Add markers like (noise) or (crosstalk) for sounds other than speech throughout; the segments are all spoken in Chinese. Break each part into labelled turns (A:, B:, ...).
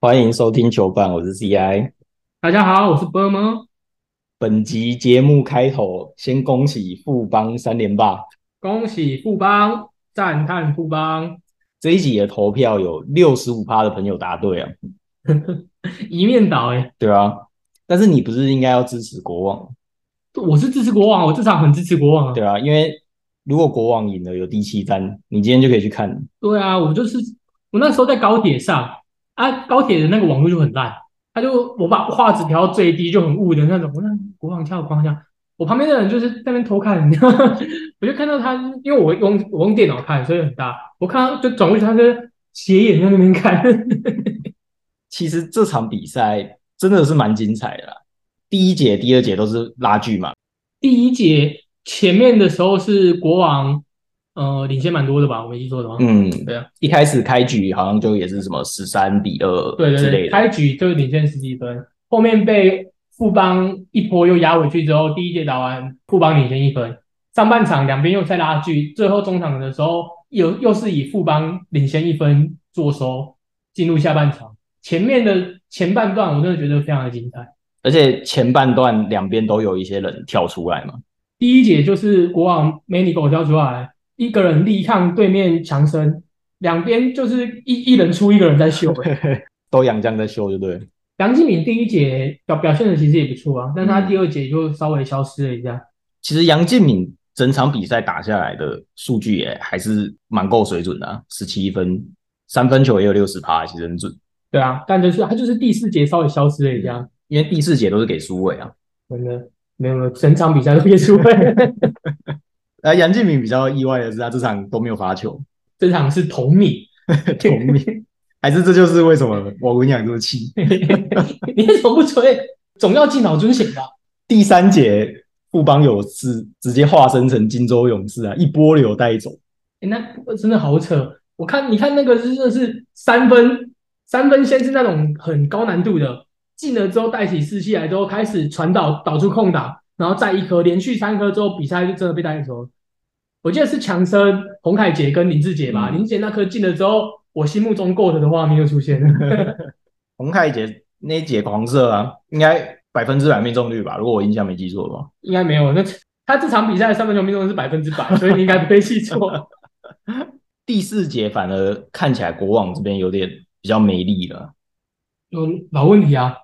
A: 欢迎收听球伴，我是 CI。
B: 大家好，我是波猫。
A: 本集节目开头先恭喜富邦三连霸，
B: 恭喜富邦，赞叹富邦，
A: 这一集的投票有六十五趴的朋友答对啊，
B: 一面倒哎、
A: 对啊。但是你不是应该要支持国王，
B: 我是支持国王，我这场很支持国王啊。
A: 对啊？因为如果国王赢了有第七单，你今天就可以去看。
B: 对啊，我就是我那时候在高铁上啊，高铁的那个网络就很烂，他就我把画质调到最低就很雾的那种，我那国王跳光下，我旁边的人就是在那边偷看， (laughs) 我就看到他，因为我用我用电脑看，所以很大，我看到就转过去，他就斜眼在那边看，
A: 其实这场比赛真的是蛮精彩的啦，第一节、第二节都是拉锯嘛，
B: 第一节前面的时候是国王，呃，领先蛮多的吧？我没记错的话，
A: 嗯，
B: 对啊，
A: 一开始开局好像就也是什么十三比二
B: 对
A: 之
B: 对
A: 类
B: 对，
A: 的，
B: 开局就领先十几分，后面被富邦一波又压回去之后，第一节打完富邦领先一分，上半场两边又在拉锯，最后中场的时候又又是以富邦领先一分坐收，进入下半场。前面的前半段我真的觉得非常的精彩。
A: 而且前半段两边都有一些人跳出来嘛，
B: 第一节就是国王 Manigo 跳出来，一个人力抗对面强森，两边就是一一人出一个人在秀、 (laughs) 欸
A: 都杨绛在秀，对不对？
B: 梁敬敏第一节表表现的其实也不错啊，但是他第二节就稍微消失了一下。
A: 其实杨敬敏整场比赛打下来的数据也还是蛮够水准的、啊，十七分，三分球也有六十趴，其实很准。
B: 对啊，嗯但就是他就是第四节稍微消失了一下，
A: 因为第四节都是给苏伟啊，
B: 真的没有没有，整场比赛都变 (laughs) 输了。
A: 那呃杨敬敏比较意外的是，他这场都没有罚 (laughs) 球，
B: 这场是同米，
A: 同命，还是这就是为什么王文养这么气。
B: 你为什么不吹？总要进脑啊尊险吧？
A: 第三节富邦勇士直接化身成金州勇士啊，一波流带走。
B: 欸、那真的好扯！我看你看那个真的是三分，三分先是那种很高难度的，进了之后带起士气来之后开始传导导出空档，然后再一颗连续三颗之后，比赛就真的被带走了。我记得是强森、洪凯杰跟林志杰吧，
A: 嗯
B: 林志杰那颗进了之后，我心目中 GOAT 的画面又出现了。
A: 洪凯杰那一节狂射啊，应该百分之百命中率吧？如果我印象没记错的话。
B: 应该没有，那他这场比赛的三分球命中是百分之百，所以你应该不会记错。
A: 第四节反而看起来国王这边有点比较没力了，
B: 有老问题啊，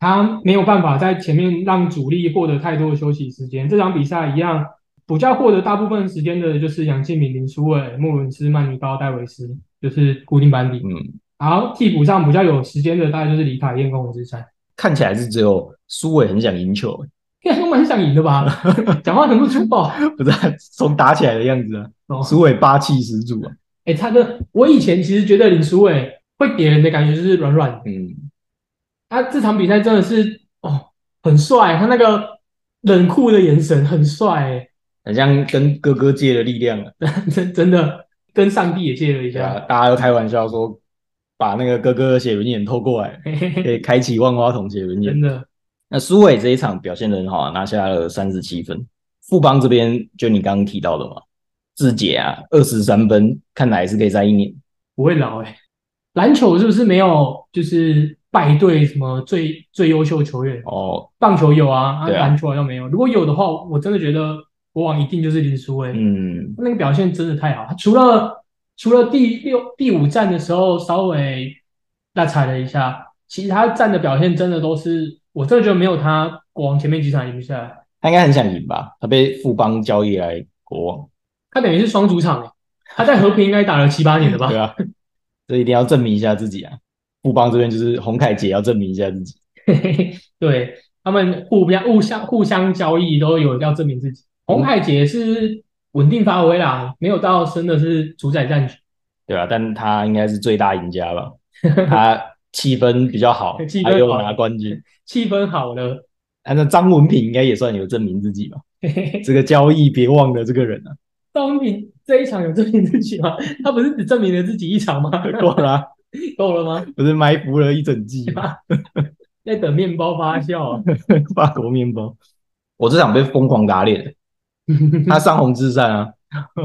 B: 他没有办法在前面让主力获得太多的休息时间。这场比赛一样，补价获得大部分时间的就是杨敬敏、林书伟、莫伦斯、曼尼高、戴维斯，就是固定班底。
A: 嗯，
B: 然后替补上比较有时间的，大概就是李凯燕跟洪志山。
A: 看起来是只有苏伟很想赢球， (laughs)
B: 因为他们很想赢的吧？ (laughs) 讲话能不粗暴？
A: 不是啊从打起来的样子啊，
B: 哦
A: 苏伟霸气十足啊，
B: 哎、他的我以前其实觉得林书伟会给人的感觉就是软软的。
A: 嗯，
B: 他这场比赛真的是哦，很帅，他那个冷酷的眼神很帅、欸，
A: 很像跟哥哥借了力量啊，
B: (laughs) 真真的跟上帝也借了一
A: 对啊
B: 下。，
A: 大家都开玩笑说把那个哥哥的写轮眼偷过来，
B: 嘿嘿
A: 可
B: 嘿
A: 以开启万花筒写轮眼
B: (laughs) 真。的，
A: 那苏伟这一场表现得很好啊，拿下了三十七分。富邦这边就你刚刚提到的嘛，志杰啊，二十三分，看来还是可以再一年。
B: 不会老哎、篮球是不是没有就是败队什么最最优秀球员？
A: 哦，
B: 棒球有啊，啊
A: 对啊
B: 篮球好像没有。如果有的话，我真的觉得国王一定就是林书伟，
A: 嗯，
B: 那个表现真的太好。他除了除了第六第五站的时候稍微大踩了一下，其他站的表现真的都是，我真的觉得没有他国王前面几场赢不下来。
A: 他应该很想赢吧？他被富邦交易来国王，
B: 他等于是双主场、欸，他在和平应该打了七八年了吧？
A: 对啊，这一定要证明一下自己啊！富邦这边就是洪凯杰要证明一下自己。
B: 嘿嘿嘿， (laughs) 对，他们互相互相互相交易都有要证明自己。洪凯杰是稳定发挥啦，没有到真的是主宰战局，，
A: 对啊，但他应该是最大赢家吧？他气氛比较好
B: 气氛好
A: 还有拿冠军。
B: 气氛好了， (laughs)
A: 按照张文平应该也算有证明自己吧？
B: 嘿嘿嘿。
A: 这个交易别忘了这个人啊，
B: 赵文平这一场有证明自己吗？ (laughs) 他不是只证明了自己一场吗？ (laughs)
A: 够了啊、
B: 够了吗？
A: 不是埋伏了一整季
B: (laughs)
A: 吗？
B: 在等面包发酵、啊。
A: 法国面包，我这场被疯狂打脸，他上红之战
B: (laughs)
A: 啊，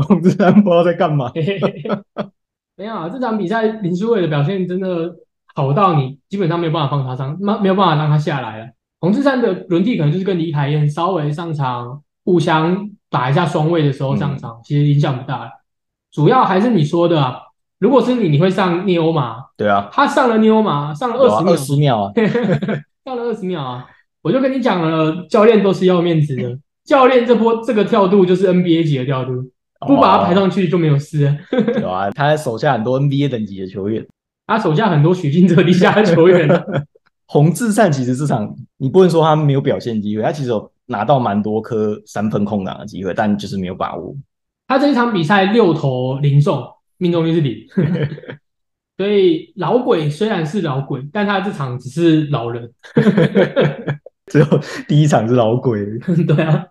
A: 红之战不知道在干嘛。
B: (laughs) 嘿嘿嘿没有啊，这场比赛林书伟的表现真的好到你基本上没有办法放他上，没没有办法让他下来了。洪志善的轮替可能就是跟李凯燕稍微上场互相打一下双位的
A: 嗯
B: 时候上场，其实影响不大。主要还是你说的、啊，如果是你，你会上涅欧马，
A: 对啊，
B: 他上了涅欧马，上了
A: 有啊，
B: 二
A: 二
B: 十
A: 十秒啊，
B: 秒， (laughs) 上了二十秒啊！我就跟你讲了，教练都是要面子的，教练这波这个调度就是 NBA 级的调度，不把他排上去就没有事了。
A: 哦有啊，他手下很多 NBA 等级的球员。
B: 他手下很多许晋哲 (laughs) 底下的球员啊，
A: 洪志善其实这场你不能说他没有表现机会，他其实有拿到蛮多颗三分空档的机会，但就是没有把握。
B: 他这一场比赛六投零中，命中率是零。所以老鬼虽然是老鬼，但他这场只是老人。 (laughs)
A: 只有第一场是老鬼，
B: 对啊，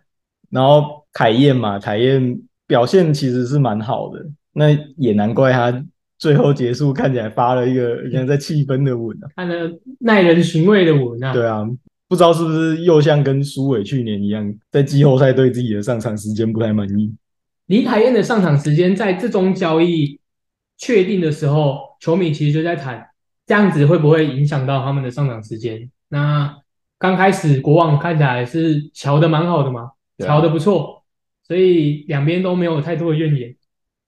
A: 然后凯燕嘛，凯燕表现其实是蛮好的，那也难怪他最后结束看起来发了一个人家在气氛的吻啊。
B: 看了耐人寻味的文啊。
A: 对啊，不知道是不是又像跟苏伟去年一样，在季后赛对自己的上场时间不太满意。
B: 李凯燕的上场时间在这宗交易确定的时候，球迷其实就在谈这样子会不会影响到他们的上场时间。那刚开始国王看起来是瞧得蛮好的嘛，
A: 对啊
B: 瞧得不错，所以两边都没有太多的怨言。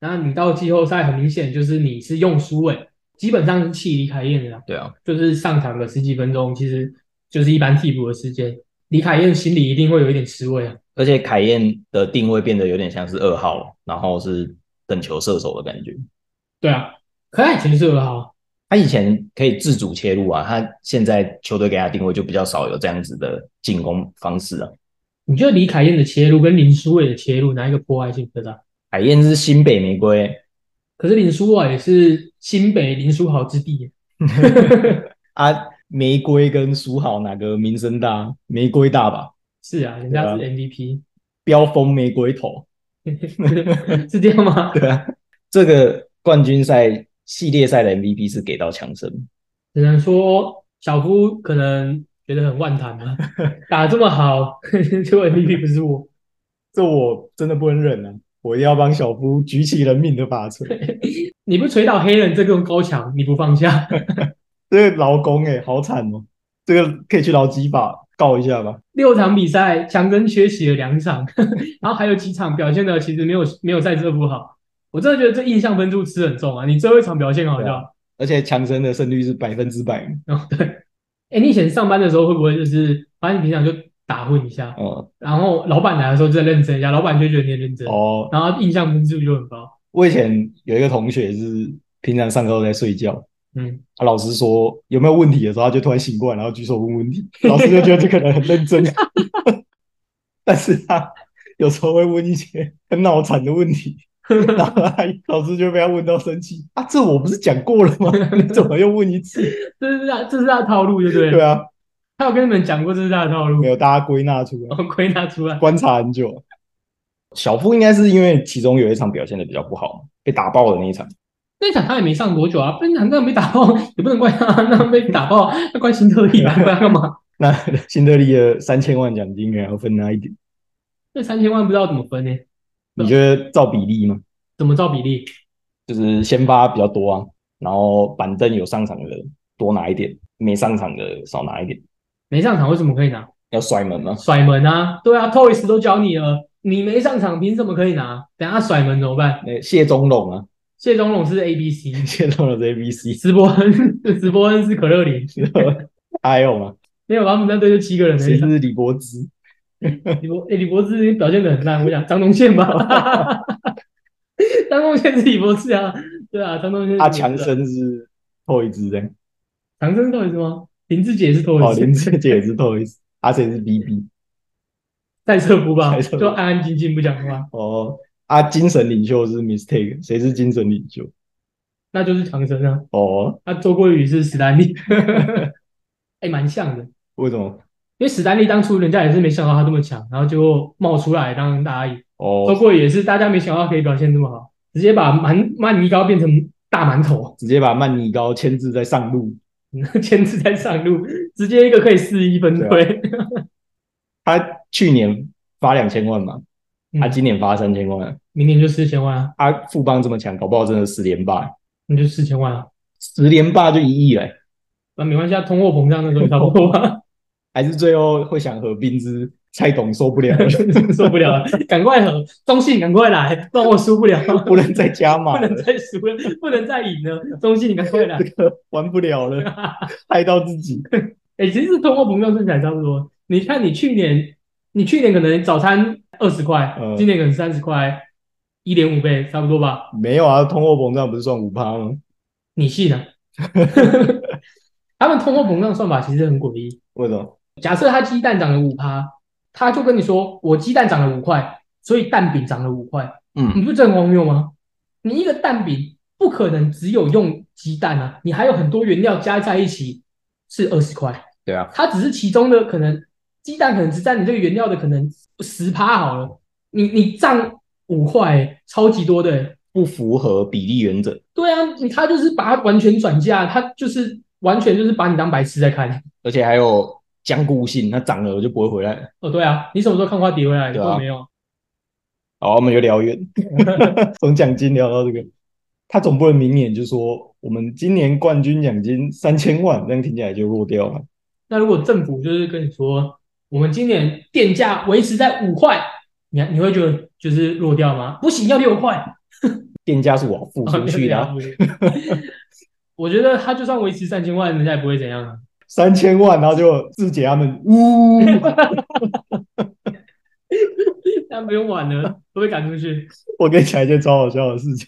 B: 那你到季后赛，很明显就是你是用苏伟，基本上是弃李凯燕的啦，
A: 对啊，
B: 就是上场个十几分钟，其实就是一般替补的时间。李凯燕心里一定会有一点吃味啊。
A: 而且凯燕的定位变得有点像是二号，然后是等球射手的感觉。
B: 对啊，可爱其实是很好。
A: 他以前可以自主切入啊，他现在球队给他定位就比较少有这样子的进攻方式啊。
B: 你觉得李凯燕的切入跟林书伟的切入哪一个破坏性比较大？
A: 海燕是新北玫瑰，
B: 可是林书伟也是新北林书豪
A: (laughs)
B: 之地耶，
A: 啊，玫瑰跟苏豪哪个名声大？玫瑰大吧，
B: (laughs) 是啊，人家是
A: 对
B: MVP，、
A: 飙风玫瑰头。
B: 是这样吗？
A: 对啊，这个冠军赛系列赛的 MVP 是给到强森，
B: 只能说小夫可能觉得很万谈
A: (laughs)
B: 吧，打这么好， (laughs) 结果 MVP 不是我，
A: 这我真的不能忍啊！我一定要帮小夫举起人命的法锤。
B: 你不锤倒黑人这种高墙，你不放下， (laughs)
A: 这个劳工哎、好惨哦！这个可以去劳基法告一下吧。
B: 六场比赛强根缺席了两场， (laughs) 然后还有几场表现的其实没有没有赛制不好，我真的觉得这印象分数吃很重啊，你最后一场表现好
A: 对
B: 就
A: 啊
B: 好。
A: 而且强森的胜率是百分之百
B: 哦， (laughs) 对，哎，你以前上班的时候会不会就是，反正你平常就打混一下，
A: 哦
B: 然后老板来的时候再认真一下，老板就觉得你很认真，
A: 哦。
B: 然后印象分数就很高。
A: 我以前有一个同学是平常上课都在睡觉，
B: 嗯，
A: 啊老师说有没有问题的时候，他就突然醒过来，然后举手问问题，老师就觉得这个人很认真， (laughs) 但是他有时候会问一些很脑残的问题，然后他老师就被他问到生气啊，这 (laughs) 我不是讲过了吗？ (laughs) 你怎么又问一次？
B: 这是他这是他的套路，对不对？
A: 对啊，
B: 他有跟你们讲过这是他的套路
A: 没，有大家归纳出来
B: 然。后归纳出
A: (laughs)
B: 来。
A: 观察很久。小夫应该是因为其中有一场表现的比较不好，被打爆的那一场。
B: 那场他也没上多久啊，那场那没打爆 (laughs) 也不能怪他，那被打爆那怪辛特利啊，怪他干嘛？ (laughs)
A: 那 (laughs) 辛德利的三千万奖金应该要分他一点，
B: 那三千万不知道怎么分呢？
A: 你觉得照比例吗？
B: 怎么照比例？
A: 就是先发比较多啊，然后板凳有上场的多拿一点，没上场的少拿一点。
B: 没上场为什么可以拿？
A: 要甩门吗？
B: 甩门啊，对啊，Toys 都教你了，你没上场凭什么可以拿？等下甩门怎么办？
A: 那个谢宗龙啊， (laughs)
B: 谢宗龙是 A B C，
A: 谢宗龙是 A B C， (laughs)
B: 直播 (laughs) 恩直播恩是可乐林，
A: 还有吗？
B: 没有他们那队就七个人而
A: 谁
B: 已。
A: 是李柏芝？
B: 李博哎，李博志表现的很烂，我想张东宪吧， (laughs) 张东宪是李博志啊，对啊，张东宪
A: 啊，强，森是后一支这样，
B: 强生到底是吗？林志杰是托
A: 哦，
B: 尔斯，
A: 林志杰也是后一支，阿谁是 B B？
B: 戴瑟夫吧，
A: 戴瑟夫
B: 就安安静静不讲话，
A: 哦，啊，精神领袖是 mistake，谁是精神领袖？
B: 那就是强生啊，
A: 哦，
B: 他周国宇是史丹利， (laughs) 哎，蛮像的，
A: 为什么？
B: 因为史丹利当初人家也是没想到他这么强，然后就冒出来让大家赢。不
A: 哦，
B: 过也是大家没想到可以表现这么好，直接把馒鳗泥糕变成大馒头， (laughs)
A: 直接把曼尼高牵制在上路，
B: 签字在上路，直接一个可以四一
A: 啊
B: 分推。
A: 他去年发两千万嘛，
B: 嗯
A: 他今年发三千万，
B: 明年就四千万啊，
A: 他富邦这么强，搞不好真的十连霸，
B: 那就四千万啊，
A: 十连霸就一亿哎，
B: 那没关系，啊，通货膨胀那
A: (laughs)
B: 时候差不多吧，
A: 还是最后会想合并之蔡董受不了了，
B: (laughs)
A: (laughs)
B: 受不了了，啊赶快和中信赶快来，不然我输不了，不
A: 不能再加码
B: 能
A: 了，
B: 再输了，不能再赢了，中信你赶快来 (laughs)
A: 这。个玩不了了，害到自己。
B: 哎、其实通货膨胀算起来差不多。你看，你去年，你去年可能早餐二十块，
A: 嗯
B: 今年可能三十块，一点五倍，差不多吧？
A: 没有啊，通货膨胀不是算五趴吗？
B: 你信啊？ (laughs) 他们通货膨胀算法其实很诡异。
A: 为什么？
B: 假设它鸡蛋涨了五趴，他就跟你说我鸡蛋涨了五块，所以蛋饼涨了五块，
A: 嗯，
B: 你不觉得很荒谬吗？你一个蛋饼不可能只有用鸡蛋啊，你还有很多原料加在一起是二十块。
A: 对啊，
B: 它只是其中的可能，鸡蛋可能只占你这个原料的可能十趴好了，你你占五块、欸超级多的、
A: 不符合比例原则，
B: 对啊，你他就是把它完全转嫁，他就是完全就是把你当白痴在看。
A: 而且还有僵固性，它涨了我就不会回来了。
B: 哦，对啊，你什么时候看花跌回来？
A: 对啊
B: 都没 (laughs) 有。
A: 好，我们就聊远，从奖金聊到这个，他总不能明年就说我们今年冠军奖金三千万，这样听起来就弱掉了。
B: 那如果政府就是跟你说，我们今年电价维持在五块，你你会觉得就是弱掉吗？不行，要六块。
A: 店家是我付出去的、
B: 哦
A: 啊，
B: (laughs) 我觉得他就算维持三千万，人家也不会怎样啊。
A: 三千万，然后就自己他们呜， (laughs)
B: 那不用玩了，都被赶出去。 (laughs)
A: 我跟你讲一件超好笑的事情。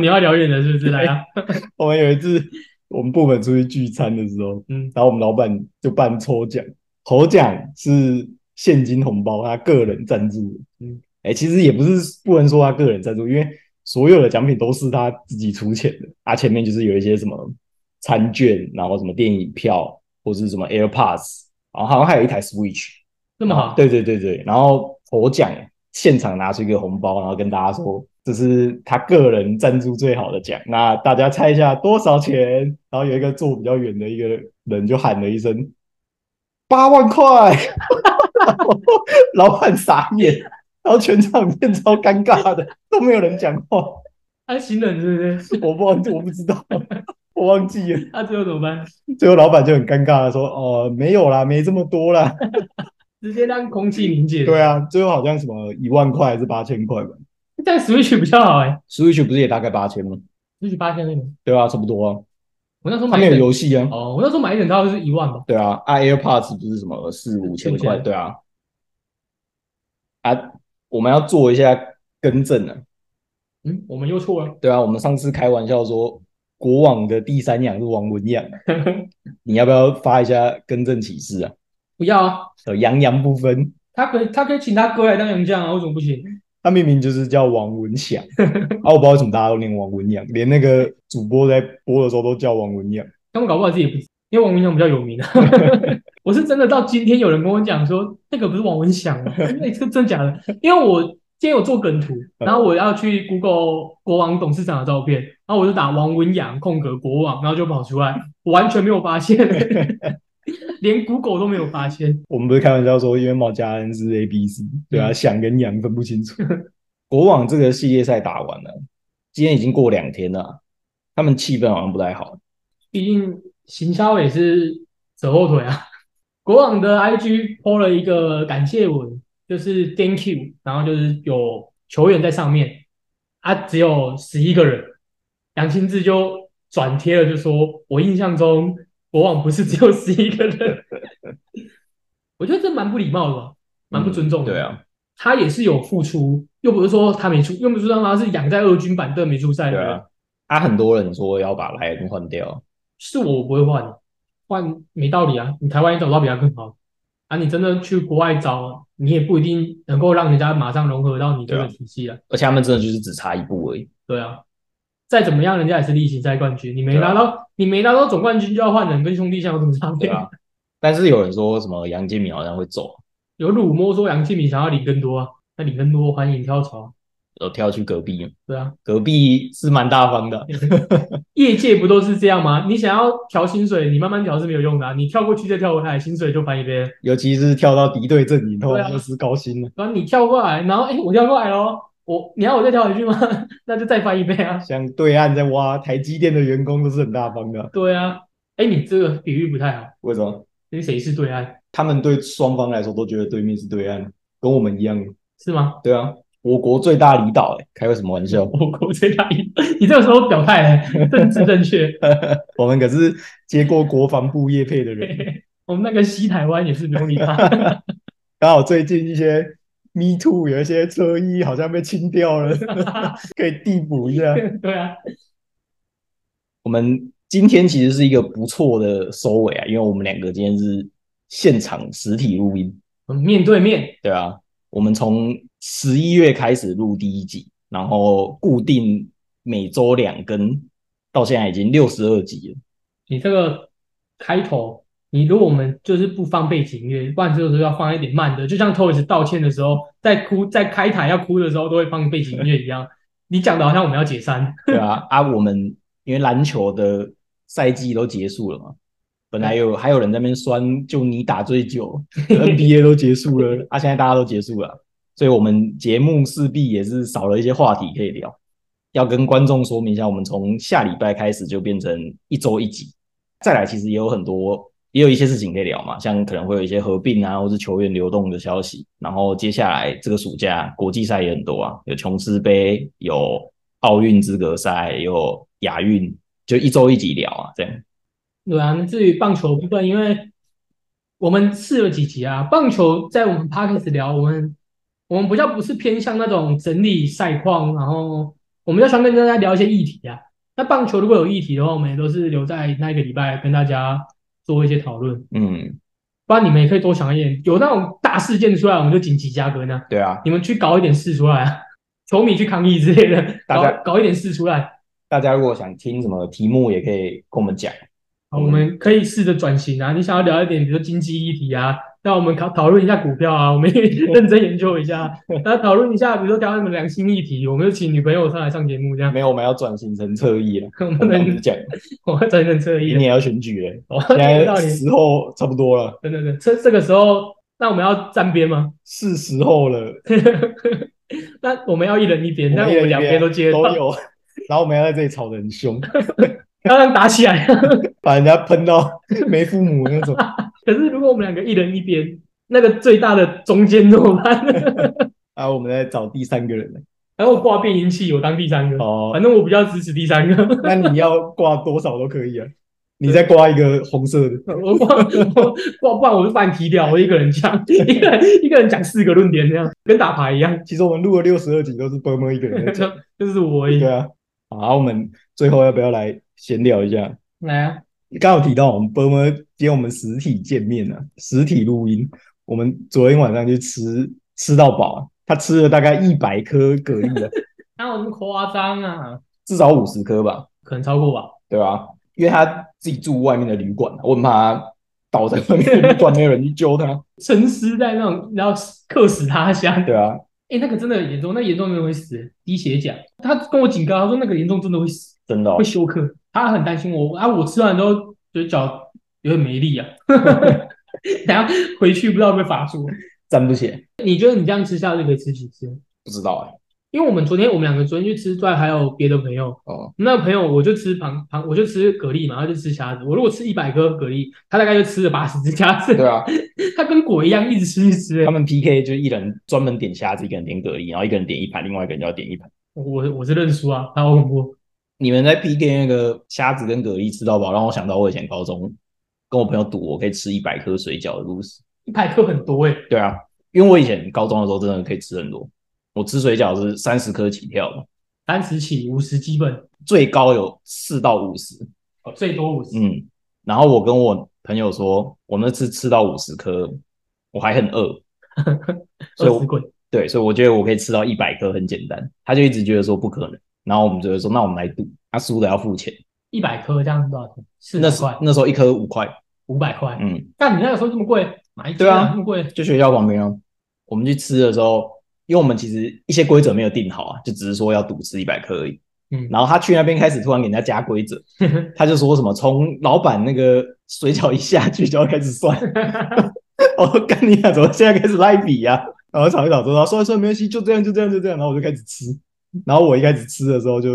B: 你要聊远了是不是？来啊， (laughs)
A: 我们有一次，我们部门出去聚餐的时候，
B: 嗯，
A: 然后我们老板就办抽奖，头奖是现金红包，他个人赞助的。嗯
B: 嗯，
A: 哎、其实也不是不能说他个人赞助，因为所有的奖品都是他自己出钱的。他、前面就是有一些什么餐券，然后什么电影票，或是什么 AirPods，然后好像还有一台 Switch。
B: 那么好，
A: 对对对对，然后头奖现场拿出一个红包，然后跟大家说这是他个人赞助最好的奖，那大家猜一下多少钱？然后有一个坐比较远的一个人就喊了一声八万块， (laughs) 然后老板傻眼，然后全场变超尴尬的，都没有人讲话，
B: 他行人是不是？
A: 我不忘记我不知道，我忘记了。
B: 他最后怎么办？
A: 最后老板就很尴尬的说：“哦、没有啦，没这么多啦。”
B: 直接让空气凝结。
A: 对
B: 啊，
A: 啊，最后好像什么一万块还是八千块吧。
B: 这样 Switch 比较好哎
A: ，Switch 不是也大概八千吗？
B: ，Switch 八千那个。
A: 对啊，差不多啊。
B: 我那时候
A: 它
B: 买
A: 没有
B: 一整
A: 游戏啊。
B: 哦，我那时候买一整套是一万吧。
A: 对啊，啊 AirPods 不是什么四五千
B: 四五
A: 块？
B: 千
A: 对啊。啊，我们要做一下更正啊。
B: 嗯，我们又错了。
A: 对啊，我们上次开玩笑说国网的第三养是王文养，你要不要发一下更正启事啊？
B: 不要啊，
A: 呃，杨洋不分，
B: 他可以，他可以请他哥来当洋将啊，为什么不行？
A: 他明明就是叫王文祥，啊，我不知道为什么大家都念王文养，连那个主播在播的时候都叫王文养。
B: 他们搞不好自己也不知道，因为王文祥比较有名啊。我是真的到今天有人跟我讲说，那个不是王文祥啊，那、这个真假的？因为我今天有做梗图，然后我要去 Google 国王董事长的照片，然后我就打王文洋空格国王，然后就跑出来，我完全没有发现，连 Google 都没有发现。
A: 我们不是开玩笑说，因为毛家恩是 A B C，对
B: 嗯
A: 啊，想跟羊分不清
B: (laughs)
A: 楚。国网这个系列赛打完了，今天已经过两天了，他们气氛好像不太好。
B: 毕竟行销也是扯后腿啊。 (laughs) 国网的 IG 抛了一个感谢文，就是 Thank you，然后就是有球员在上面，啊，只有十一个人，杨清志就转贴了，就说我印象中国网不是只有十一个
A: (laughs)
B: 人，我觉得这蛮不礼貌的吧，蛮不尊重的。
A: 对，啊，
B: 他也是有付出，又不是说他没出，又不是说他是养在二军板凳没出赛的
A: 对
B: 人。
A: 啊。啊，很多人说要把莱恩换掉，
B: 是我我不会换，换没道理啊！你台湾也找不到比他更好啊！你真的去国外找，你也不一定能够让人家马上融合到你这
A: 对
B: 个
A: 啊
B: 体系啊。
A: 而且他们真的就是只差一步而已。
B: 对啊，再怎么样，人家也是例行赛冠军，你没
A: 对啊
B: 拿到，你没拿到总冠军就要换人，跟兄弟相有什么差
A: 对
B: 别？
A: 啊，但是有人说什么杨建明好像会走，
B: (laughs) 有辱没说杨敬敏想要领更多啊，那领更多欢迎跳槽，
A: 有跳去隔壁，
B: 对啊，
A: 隔壁是蛮大方的。
B: 业界不都是这样吗？你想要调薪水，你慢慢调是没有用的啊，你跳过去再跳回来，薪水就翻一倍了。
A: 尤其是跳到敌对阵营，通
B: 对啊
A: 常就是高薪了。
B: 然后你跳过来，然后哎、诶我跳过来喽，我你要我再跳回去吗？ (laughs) 那就再翻一倍啊。
A: 像对岸在挖台积电的员工都是很大方的啊。
B: 对啊，哎，你这个比喻不太好，
A: 为什么？
B: 因为谁是对岸
A: 他们对双方来说都觉得对面是对岸，跟我们一样。
B: 是吗？ (laughs)
A: 对啊，我国最大离岛、欸，开个什么玩笑？ (laughs)
B: 我国最大一，你这个时候表态了， (laughs) 政治正确。
A: 我们可是接过国防部业配的人。
B: 我们那个西台湾也是不用理他。 (laughs)
A: 刚好最近一些 Me Too 有一些车衣好像被清掉了， (laughs) 可以递补一下。
B: 对啊，
A: 我们今天其实是一个不错的收尾啊，因为我们两个今天是现场实体录音，
B: 我们面对面，
A: 对啊，我们从十一月开始录第一集，然后固定每周两更，到现在已经六十二集了。
B: 你这个开头，你如果我们就是不放背景音乐，不然这个时候要放一点慢的，就像 Toys 道歉的时候，在哭在开台要哭的时候都会放背景音乐一样。你讲的好像我们要解散，
A: 对啊， (laughs) 啊，我们因为篮球的赛季都结束了嘛，本来有还有人在那边酸，就你打最久 (laughs) ，NBA 都结束了，啊，现在大家都结束了，所以我们节目势必也是少了一些话题可以聊。要跟观众说明一下，我们从下礼拜开始就变成一周一集，再来其实也有很多，也有一些事情可以聊嘛，像可能会有一些合并啊，或是球员流动的消息。然后接下来这个暑假国际赛也很多啊，有琼斯杯，有奥运资格赛，有亚运，就一周一集聊啊，这样。
B: 对啊。那至于棒球部分，因为我们试了几集啊，棒球在我们 p a r k a s 聊，我们我们比较不是偏向那种整理赛况，然后我们要常跟大家聊一些议题啊。那棒球如果有议题的话，我们也都是留在那一个礼拜跟大家做一些讨论。
A: 嗯，
B: 不然你们也可以多想一点，有那种大事件出来，我们就紧急加更啊。
A: 对啊，
B: 你们去搞一点事出来啊，球迷去抗议之类的，
A: 大家
B: 搞搞一点事出来，
A: 大家如果想听什么题目，也可以跟我们讲。
B: 好我们可以试着转型啊。你想要聊一点，比如说经济议题啊，那我们讨讨论一下股票啊，我们也认真研究一下。那讨论一下，比如说聊什么良心议题，我们就请女朋友上来上节目这样。
A: 没有，我们要转型成侧翼了。
B: 我
A: 我
B: 们
A: 们
B: 能，
A: 讲，
B: (laughs) 我真的这一
A: 明年要选举了，
B: 哦，
A: 现
B: 有道
A: 在
B: 理，
A: 时候差不多了，
B: 对对对，这这个时候，那我们要站边吗？ (laughs)
A: 是时候了。
B: 那我们要一人一边，
A: 我
B: 但
A: 们
B: 我
A: 也
B: 们两边都接得
A: 都
B: 到，
A: 有，然后我们要在这里吵得很凶， (laughs)
B: 要让打起来。
A: 把人家喷到 (laughs) 没父母那种。
B: (laughs)
A: (laughs)
B: 可是如果我们两个一人一边，那个最大的中间怎么办？
A: 然啊后我们再找第三个人。
B: (laughs) 然后我挂变音器，我当第三个。
A: 哦，
B: 反正我比较支持第三个，
A: 那你要挂多少都可以啊，你再挂一个红色的， (laughs)
B: 我挂我挂，不然我就把你踢掉。我一个人讲，一个人一个人讲四个论点，这样跟打牌一样，
A: 其实我们录了六十二集都是波波一个人在讲。
B: (laughs) 就就是我而已
A: 对。啊，好，啊我们最后要不要来闲聊一下？
B: 来啊，
A: 刚刚有提到我们波波，今天我们实体见面啊，实体录音。我们昨天晚上去吃吃到饱啊，他吃了大概一百颗蛤蜊啊，
B: 哪有那么夸张啊？
A: (laughs) 至少五十颗吧。
B: 可能超过吧。
A: 对吧、因为他自己住外面的旅馆，啊我很怕他倒在外面的旅馆，没有人去救他。 (laughs)
B: 沉思在那种，然后客死他乡。 (laughs)
A: 对啊，
B: 哎、那个真的很严重，那严重真的会死，低血钾。他跟我警告，他说那个严重真的会死。
A: 真的、哦
B: 会。休克，他很担心我啊。我吃完之后嘴角有点没
A: (laughs)
B: 力啊， (laughs) 然后回去不知道会不会发作。
A: 站不起来，
B: 你觉得你这样吃下去可以吃几次？
A: 不知道哎、
B: 因为我们昨天我们两个昨天去吃，对，还有别的朋友，
A: 哦，
B: 那个朋友我就吃螃螃，我就吃蛤蜊嘛，他就吃虾子。我如果吃一百颗蛤蜊，他大概就吃了八十只虾子，
A: 对啊，
B: (laughs) 他跟鬼一样一直吃一直吃、
A: 他们 PK 就一人专门点虾子，一个人点蛤蜊，然后一个人点一盘，另外一个人要点一盘。
B: 我我是认输啊，他好恐怖。
A: 你们在 PK 那个虾子跟蛤蜊吃到饱，让我想到我以前高中跟我朋友赌我可以吃一百颗水饺的故事。
B: 一百颗很多哎、欸，
A: 对啊，因为我以前高中的时候真的可以吃很多，我吃水饺是三十颗起跳的，
B: 三十起五十基本，
A: 最高有四到五十。
B: 哦，最多五十、
A: 嗯，然后我跟我朋友说，我那次吃到五十颗，我还很饿，所以
B: 二
A: 我
B: 十滚。
A: 对，所以我觉得我可以吃到一百颗很简单。他就一直觉得说不可能，然后我们就会说，那我们来赌，他、输的要付钱。
B: 一百颗这样子多少钱？四
A: 那
B: 十
A: 时
B: 块，
A: 那时候一颗五块，
B: 五百块。
A: 嗯，
B: 但你那个时候这么贵，买一
A: 对啊
B: 这么贵，
A: 就学校旁边啊。我们去吃的时候，因为我们其实一些规则没有定好啊，就只是说要赌吃一百颗而已。
B: 嗯，
A: 然后他去那边开始突然给人家加规则，他就说什么从老板那个水饺一下去就要开始算，
B: (laughs)
A: 哦，干你俩怎么现在开始赖比呀、然后吵一吵之后，哎算一算没关系，就这样就这样就这样，然后我就开始吃，然后我一开始吃的时候就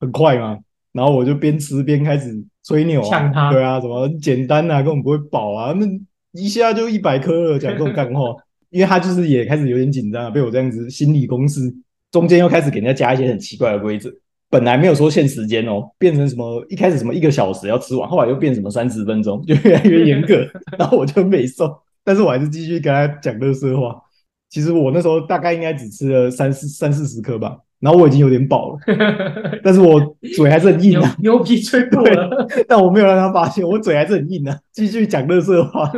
A: 很快嘛，然然后我就边吃边开始吹牛
B: (laughs) 呛
A: 啊，
B: 他
A: 对啊，什么很简单啊，根本不会饱啊，那一下就一百颗了，讲这种干话，因为他就是也开始有点紧张啊，被我这样子心理攻势，中间又开始给人家加一些很奇怪的规则，本来没有说限时间哦，变成什么一开始什么一个小时要吃完，后来又变什么三十分钟，就越来越严格，然后我就没送，但是我还是继续跟他讲乐色话。其实我那时候大概应该只吃了三四三四十颗吧，然后我已经有点饱了，但是我嘴还是很硬
B: (laughs) 牛
A: 啊，
B: 牛皮吹破了，
A: 但我没有让他发现，我嘴还是很硬啊，继续讲乐色话。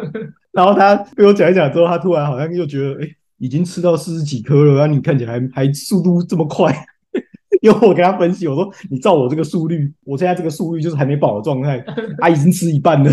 A: 然后他被我讲一讲之后，他突然好像又觉得，哎、已经吃到四十几颗了，然后你看起来还还速度这么快。 (laughs) 因为我跟他分析，我说你照我这个速率，我现在这个速率就是还没饱的状态，他、已经吃一半了，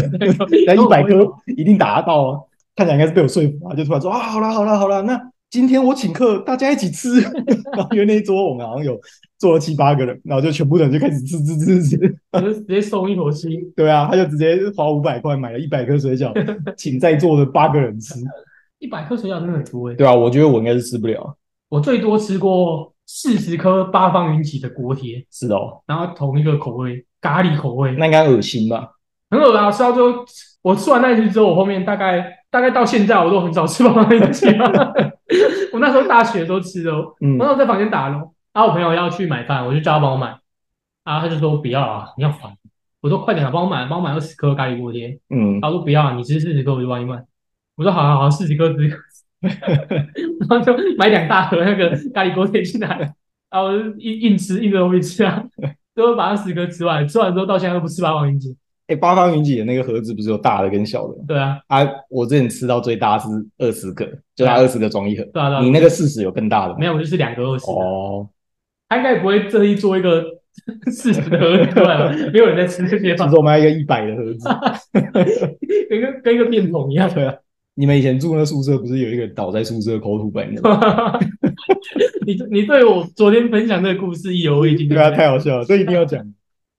A: 那一百颗一定打得到啊！看起来应该是被我说服啊，就突然说啊，好啦好啦好啦，那今天我请客，大家一起吃。 (laughs) 然后因为那一桌我们好像有坐了七八个人，然后就全部人就开始吃吃吃吃。
B: 我就直接松一口气。
A: 对啊，他就直接花五百块买了一百颗水饺，请在座的八个人吃。
B: 一百颗水饺真的很多哎、
A: (laughs) 对啊，我觉得我应该是吃不了。
B: 我最多吃过四十颗八方云集的锅贴，
A: 是哦，
B: 然后同一个口味咖喱口味，
A: 那应该恶心吧？
B: 很恶啊！吃到最后，我吃完那一次之后，我后面大概大概到现在我都很少吃八方云集了。 (laughs) 我那时候大学的时候吃的，哦我
A: 嗯
B: 那时候在房间打咯，然后我朋友要去买饭，我就叫他帮我买，啊，他就说不要啊，你要还。我说快点啊，帮我买，帮我买二十颗咖喱锅贴。
A: 嗯，
B: 他说不要啊，你吃四十颗我就帮你买。我说好啊好好，四十颗四十颗， (laughs) 然后就买两大盒那个咖喱锅贴进来，然后我就硬硬吃硬着头皮吃啊，最后把那十颗吃完，吃完之后到现在都不吃八王云集。
A: 哎、八方云集的那个盒子不是有大的跟小的吗？
B: 对啊，
A: 啊，我之前吃到最大是二十个，就它二十个装一盒。
B: 对啊，对啊
A: 你那个四十有更大的吗？
B: 没有，我就是两个二十的。
A: 哦，
B: 他应该不会特意做一个四十的盒子出来吧？没有人在吃这些
A: 其
B: 吧？
A: 实我们还有一个一百的盒子。
B: 跟一个跟一个面筒一样。
A: 对啊， (laughs) 你们以前住那宿舍不是有一个倒在宿舍口吐白沫吗？
B: (laughs) 你你对我昨天分享这个故事意犹未
A: (laughs)
B: 尽。
A: 对
B: 不
A: 啊，太好笑了，这一定要讲。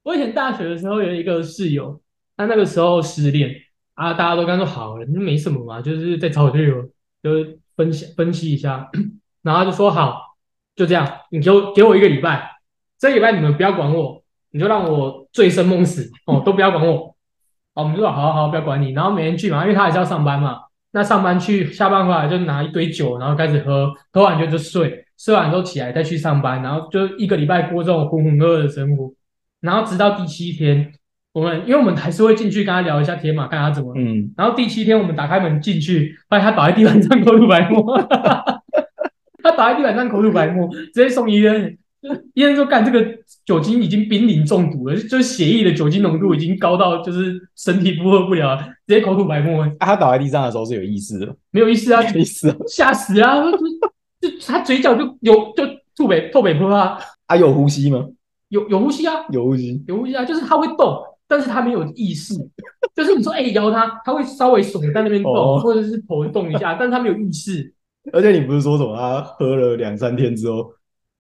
B: 我以前大学的时候有一个室友，他那个时候失恋啊，大家都跟他说好了，就没什么嘛，就是在找队友，就是分析分析一下， (clears throat) 然后他就说好，就这样，你给我给我一个礼拜，这礼拜你们不要管我，你就让我醉生梦死哦，都不要管我。哦好，我们就说好好好，不要管你。然后每天去嘛，因为他还是要上班嘛，那上班去，下班回来就拿一堆酒，然后开始喝，喝完就就睡，睡完之后起来再去上班，然后就一个礼拜过这种浑浑噩噩的生活。然后直到第七天，我们因为我们还是会进去跟他聊一下天嘛，看他怎么了。
A: 嗯，
B: 然后第七天我们打开门进去，发现他倒在地板上口吐白沫，他倒在地板上口吐白沫，直接送医院。医生说：“干，这个酒精已经濒临中毒了，就就是血液的酒精浓度已经高到就是身体负荷不了了，直接口吐白沫，
A: 啊，他倒在地上的时候是有意识的，
B: 没有意思啊，
A: 有意识哦
B: 吓死啊！就就他嘴角就有就吐北吐北坡啊，
A: 啊，有呼吸吗？
B: 有有呼吸啊，
A: 有呼吸。
B: 有呼吸啊，就是它会动，但是它没有意识。就是你说哎、摇它，它会稍微耸在那边动，
A: 哦
B: 或者是头动一下，但是它没有意识。
A: (laughs) 而且你不是说什么他喝了两三天之后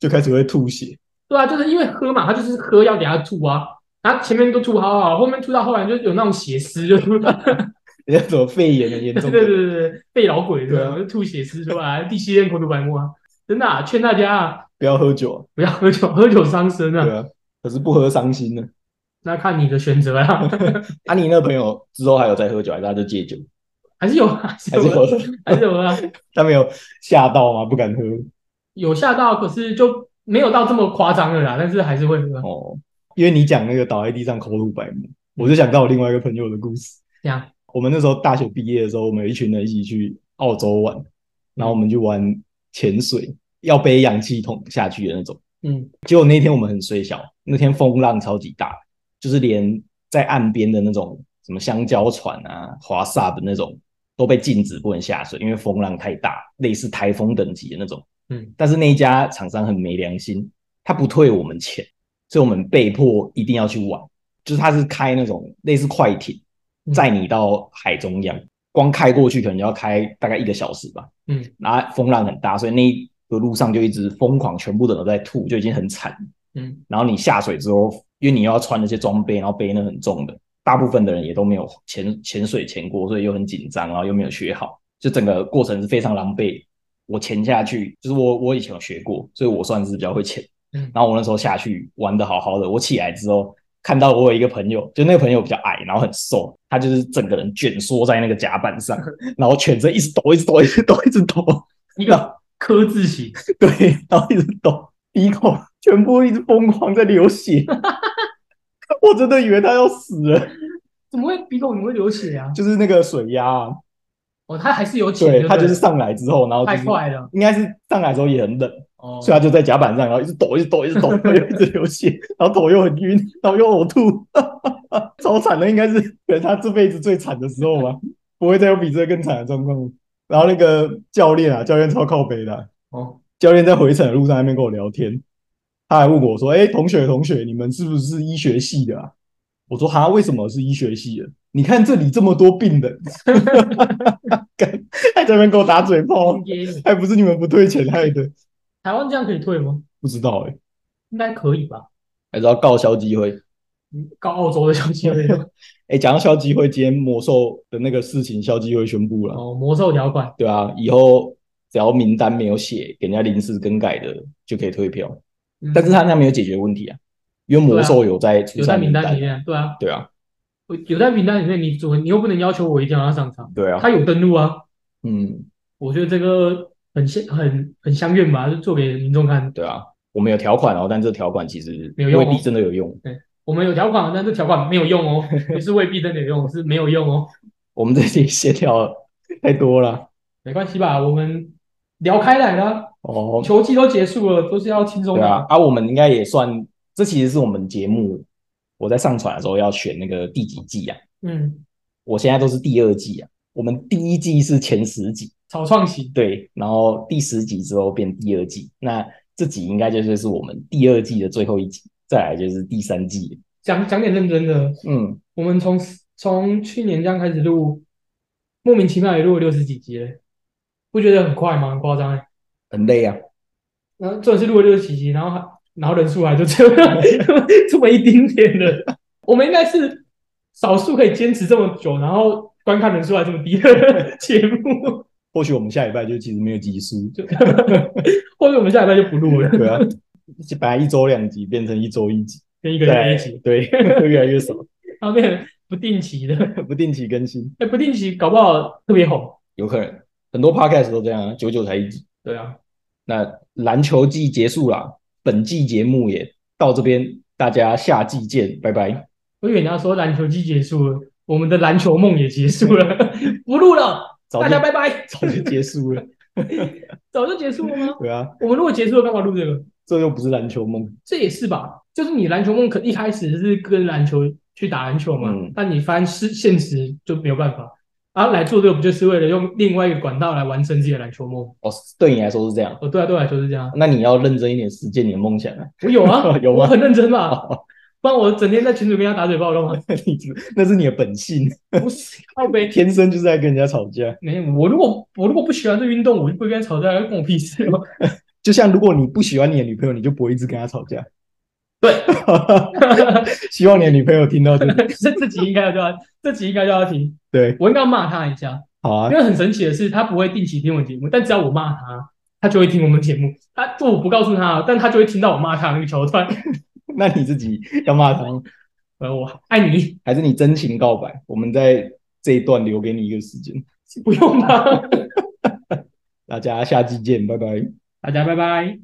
A: 就开始会吐血？ (laughs)
B: 对啊，就是因为喝嘛，它就是喝要给它吐啊，然后前面都吐好好，后面吐到后来就有那种血丝，就吐，
A: 人家什么肺炎的严
B: (laughs) 对
A: 重
B: (laughs) 对
A: 的
B: 对对对，被老鬼对
A: 对
B: 吧
A: 啊？
B: 就吐血丝出来，第七天口吐白沫啊，真的、啊，劝大家啊，
A: 不要喝酒
B: 不要喝酒，喝酒伤身
A: 啊，
B: 啊
A: 对，啊。可是不喝伤心呢。
B: 那看你的选择啊， (laughs)
A: 啊，你那朋友之后还有在喝酒，还是他就戒酒，
B: 还是有啊，
A: 还
B: 还是
A: 是
B: 有
A: 喝
B: 啊，？还是有啊。
A: (laughs) 他没有吓到吗？不敢喝
B: 有吓到，可是就没有到这么夸张了啦，但是还是会喝。啊
A: 哦。因为你讲那个倒在地上口吐白沫，我就想到我另外一个朋友的故事。
B: 这样，
A: 我们那时候大学毕业的时候，我们有一群人一起去澳洲玩，然后我们就玩潜水，要背氧气筒下去的那种。
B: 嗯，
A: 结果那天我们很衰小，那天风浪超级大，就是连在岸边的那种什么香蕉船啊、滑沙的那种都被禁止不能下水，因为风浪太大，类似台风等级的那种。
B: 嗯，
A: 但是那一家厂商很没良心，他不退我们钱，所以我们被迫一定要去玩。就是他是开那种类似快艇，
B: 嗯
A: 载你到海中央，光开过去可能要开大概一个小时吧。
B: 嗯，
A: 然后风浪很大，所以那一个路上就一直疯狂，全部的人都在吐，就已经很惨。
B: 嗯
A: 然后你下水之后，因为你又要穿那些装备，然后背那很重的，大部分的人也都没有潜潜水潜过，所以又很紧张，然后又没有学好，就整个过程是非常狼狈。我潜下去，就是我我以前有学过，所以我算是比较会潜。
B: 嗯
A: 然后我那时候下去玩的好好的，我起来之后看到我有一个朋友，就那个朋友比较矮，然后很瘦，他就是整个人卷缩在那个甲板上，然后全身一直抖，一直抖，一直抖，一直抖，
B: 一个科字形，
A: (laughs) 对，然后一直抖，鼻孔全部一直疯狂在流
B: (laughs)
A: 血，我真的以为他要死了，
B: 怎么会鼻孔怎么会流血啊？
A: 就是那个水压、啊，
B: 哦，它还是有
A: 对
B: 血，
A: 他
B: 对
A: 就是上来之后，然后就
B: 太
A: 是
B: 快了
A: 应该是上来之后也很冷，
B: 哦，
A: 所以他就在甲板上，然后一直抖，一直抖，一直抖， (laughs) 然后又一直流血，然后头又很晕，然后又呕吐， (laughs) 超惨的，应该是可能他这辈子最惨的时候吧，不会再有比这个更惨的状况了。然后那个教练啊，教练超靠北的啊、
B: 哦，
A: 教练在回程的路上在那边跟我聊天，他还问我说：“哎、同学，同学，你们是不是医学系的啊？”我说：“哈，为什么是医学系的？你看这里这么多病人， (laughs) 干还在那边给我打嘴炮，
B: 给你
A: 还不是你们不退钱害的？
B: 台湾这样可以退吗？
A: 不知道哎、
B: 应该可以吧？
A: 还是要告消基会。
B: 嗯告澳洲的消
A: (laughs)
B: 息而已
A: 哎、讲到消基会，今天魔兽的那个事情，消基会宣布了，
B: 哦，魔兽条款
A: 对啊，以后只要名单没有写给人家临时更改的，就可以退票。
B: 嗯
A: 但是他那没有解决问题啊，因为魔兽有在出
B: 有在
A: 产
B: 名
A: 名
B: 单
A: 单
B: 里，面，对啊，
A: 对啊，
B: 我有在名单里面，你主你又不能要求我一定要他上场，
A: 对啊，
B: 他有登录啊，
A: 嗯，
B: 我觉得这个很相很很相愿吧，就做给民众看。
A: 对啊，我们有条款哦，但这条款其实
B: 没有用
A: 未
B: 哦
A: 必真的有用。
B: 我们有条款，但这条款没有用
A: (laughs)
B: 哦，不是未必真的有用，是没有用哦，
A: 我们这些协调太多了
B: 没关系吧？我们聊开来了，
A: 哦，
B: 球季都结束了，都是要轻松
A: 对
B: 的
A: 啊，。啊，我们应该也算，这其实是我们节目我在上传的时候要选那个第几季啊。
B: 嗯，
A: 我现在都是第二季啊，我们第一季是前十集，
B: 草创期，
A: 对，然后第十集之后变第二季，那这集应该就是是我们第二季的最后一集，再来就是第三季，
B: 讲讲点认真的。
A: 嗯，
B: 我们从从去年这样开始录，莫名其妙也录了六十几集了，不觉得很快吗？很夸张哎。
A: 很累啊，
B: 然后这次录了六十几集，然后还然后人数还就这么 (laughs) 这么一丁点的，我们应该是少数可以坚持这么久，然后观看人数还这么低的节目。
A: 或许我们下礼拜就其实没有集数，
B: 就或者我们下礼拜就不录了，
A: 对啊，本来一周两集变成一周一集，
B: 跟一个人
A: 对
B: 一起，
A: 对， (laughs) 会越来越少，
B: 然后变成不定期的，
A: 不定期更新，
B: 哎，不定期搞不好特别红。
A: 有可能很多 podcast 都这样啊，久久才一集。
B: 对啊，
A: 那篮球季结束啦，本季节目也到这边，大家下季见，拜拜。
B: 我以为你要说篮球季结束了，我们的篮球梦也结束了，不录了，
A: 早
B: 大
A: 就
B: 家拜拜。
A: 早就结束了， (laughs)
B: 早就结束了吗？
A: 对啊，
B: 我们如果结束了，干嘛录这个？
A: 这又不是篮球梦，
B: 这也是吧，就是你篮球梦可一开始是跟篮球去打篮球嘛，
A: 嗯
B: 但你翻是现实就没有办法。然后来做这个不就是为了用另外一个管道来完成自己的篮球梦？
A: 哦，对你来说是这样，
B: 哦，对啊，对我来说是这样。
A: 那你要认真一点实践你的梦想啊。 (laughs)，
B: 我有啊
A: 有吗
B: 我很认真吧，
A: 哦，
B: 不然我整天在群主跟他打嘴炮干嘛？
A: 你那是你的本性，
B: 不是靠背。 (laughs)
A: 天生就是在跟人家吵架。
B: 没有，我如果我如果不喜欢这运动，我就不会跟他吵架，关我屁事哦。
A: 就像如果你不喜欢你的女朋友，你就不会一直跟她吵架。
B: 对，
A: (laughs) 希望你的女朋友听到这里。
B: (laughs) 这这集应该就要，这集应该就要听，
A: 对，
B: 我应该要骂他一下。
A: 好啊
B: 因，为很神奇的是，他不会定期听我节目，但只要我骂他，他就会听我们节目。他就我不告诉他，但他就会听到我骂他的那个桥段。 (laughs)
A: 那你自己要骂她吗，
B: 呃，我爱你，
A: 还是你真情告白？我们在这一段留给你一个时间，
B: 不用吧？
A: 大家下期见，拜拜。
B: 大家拜拜。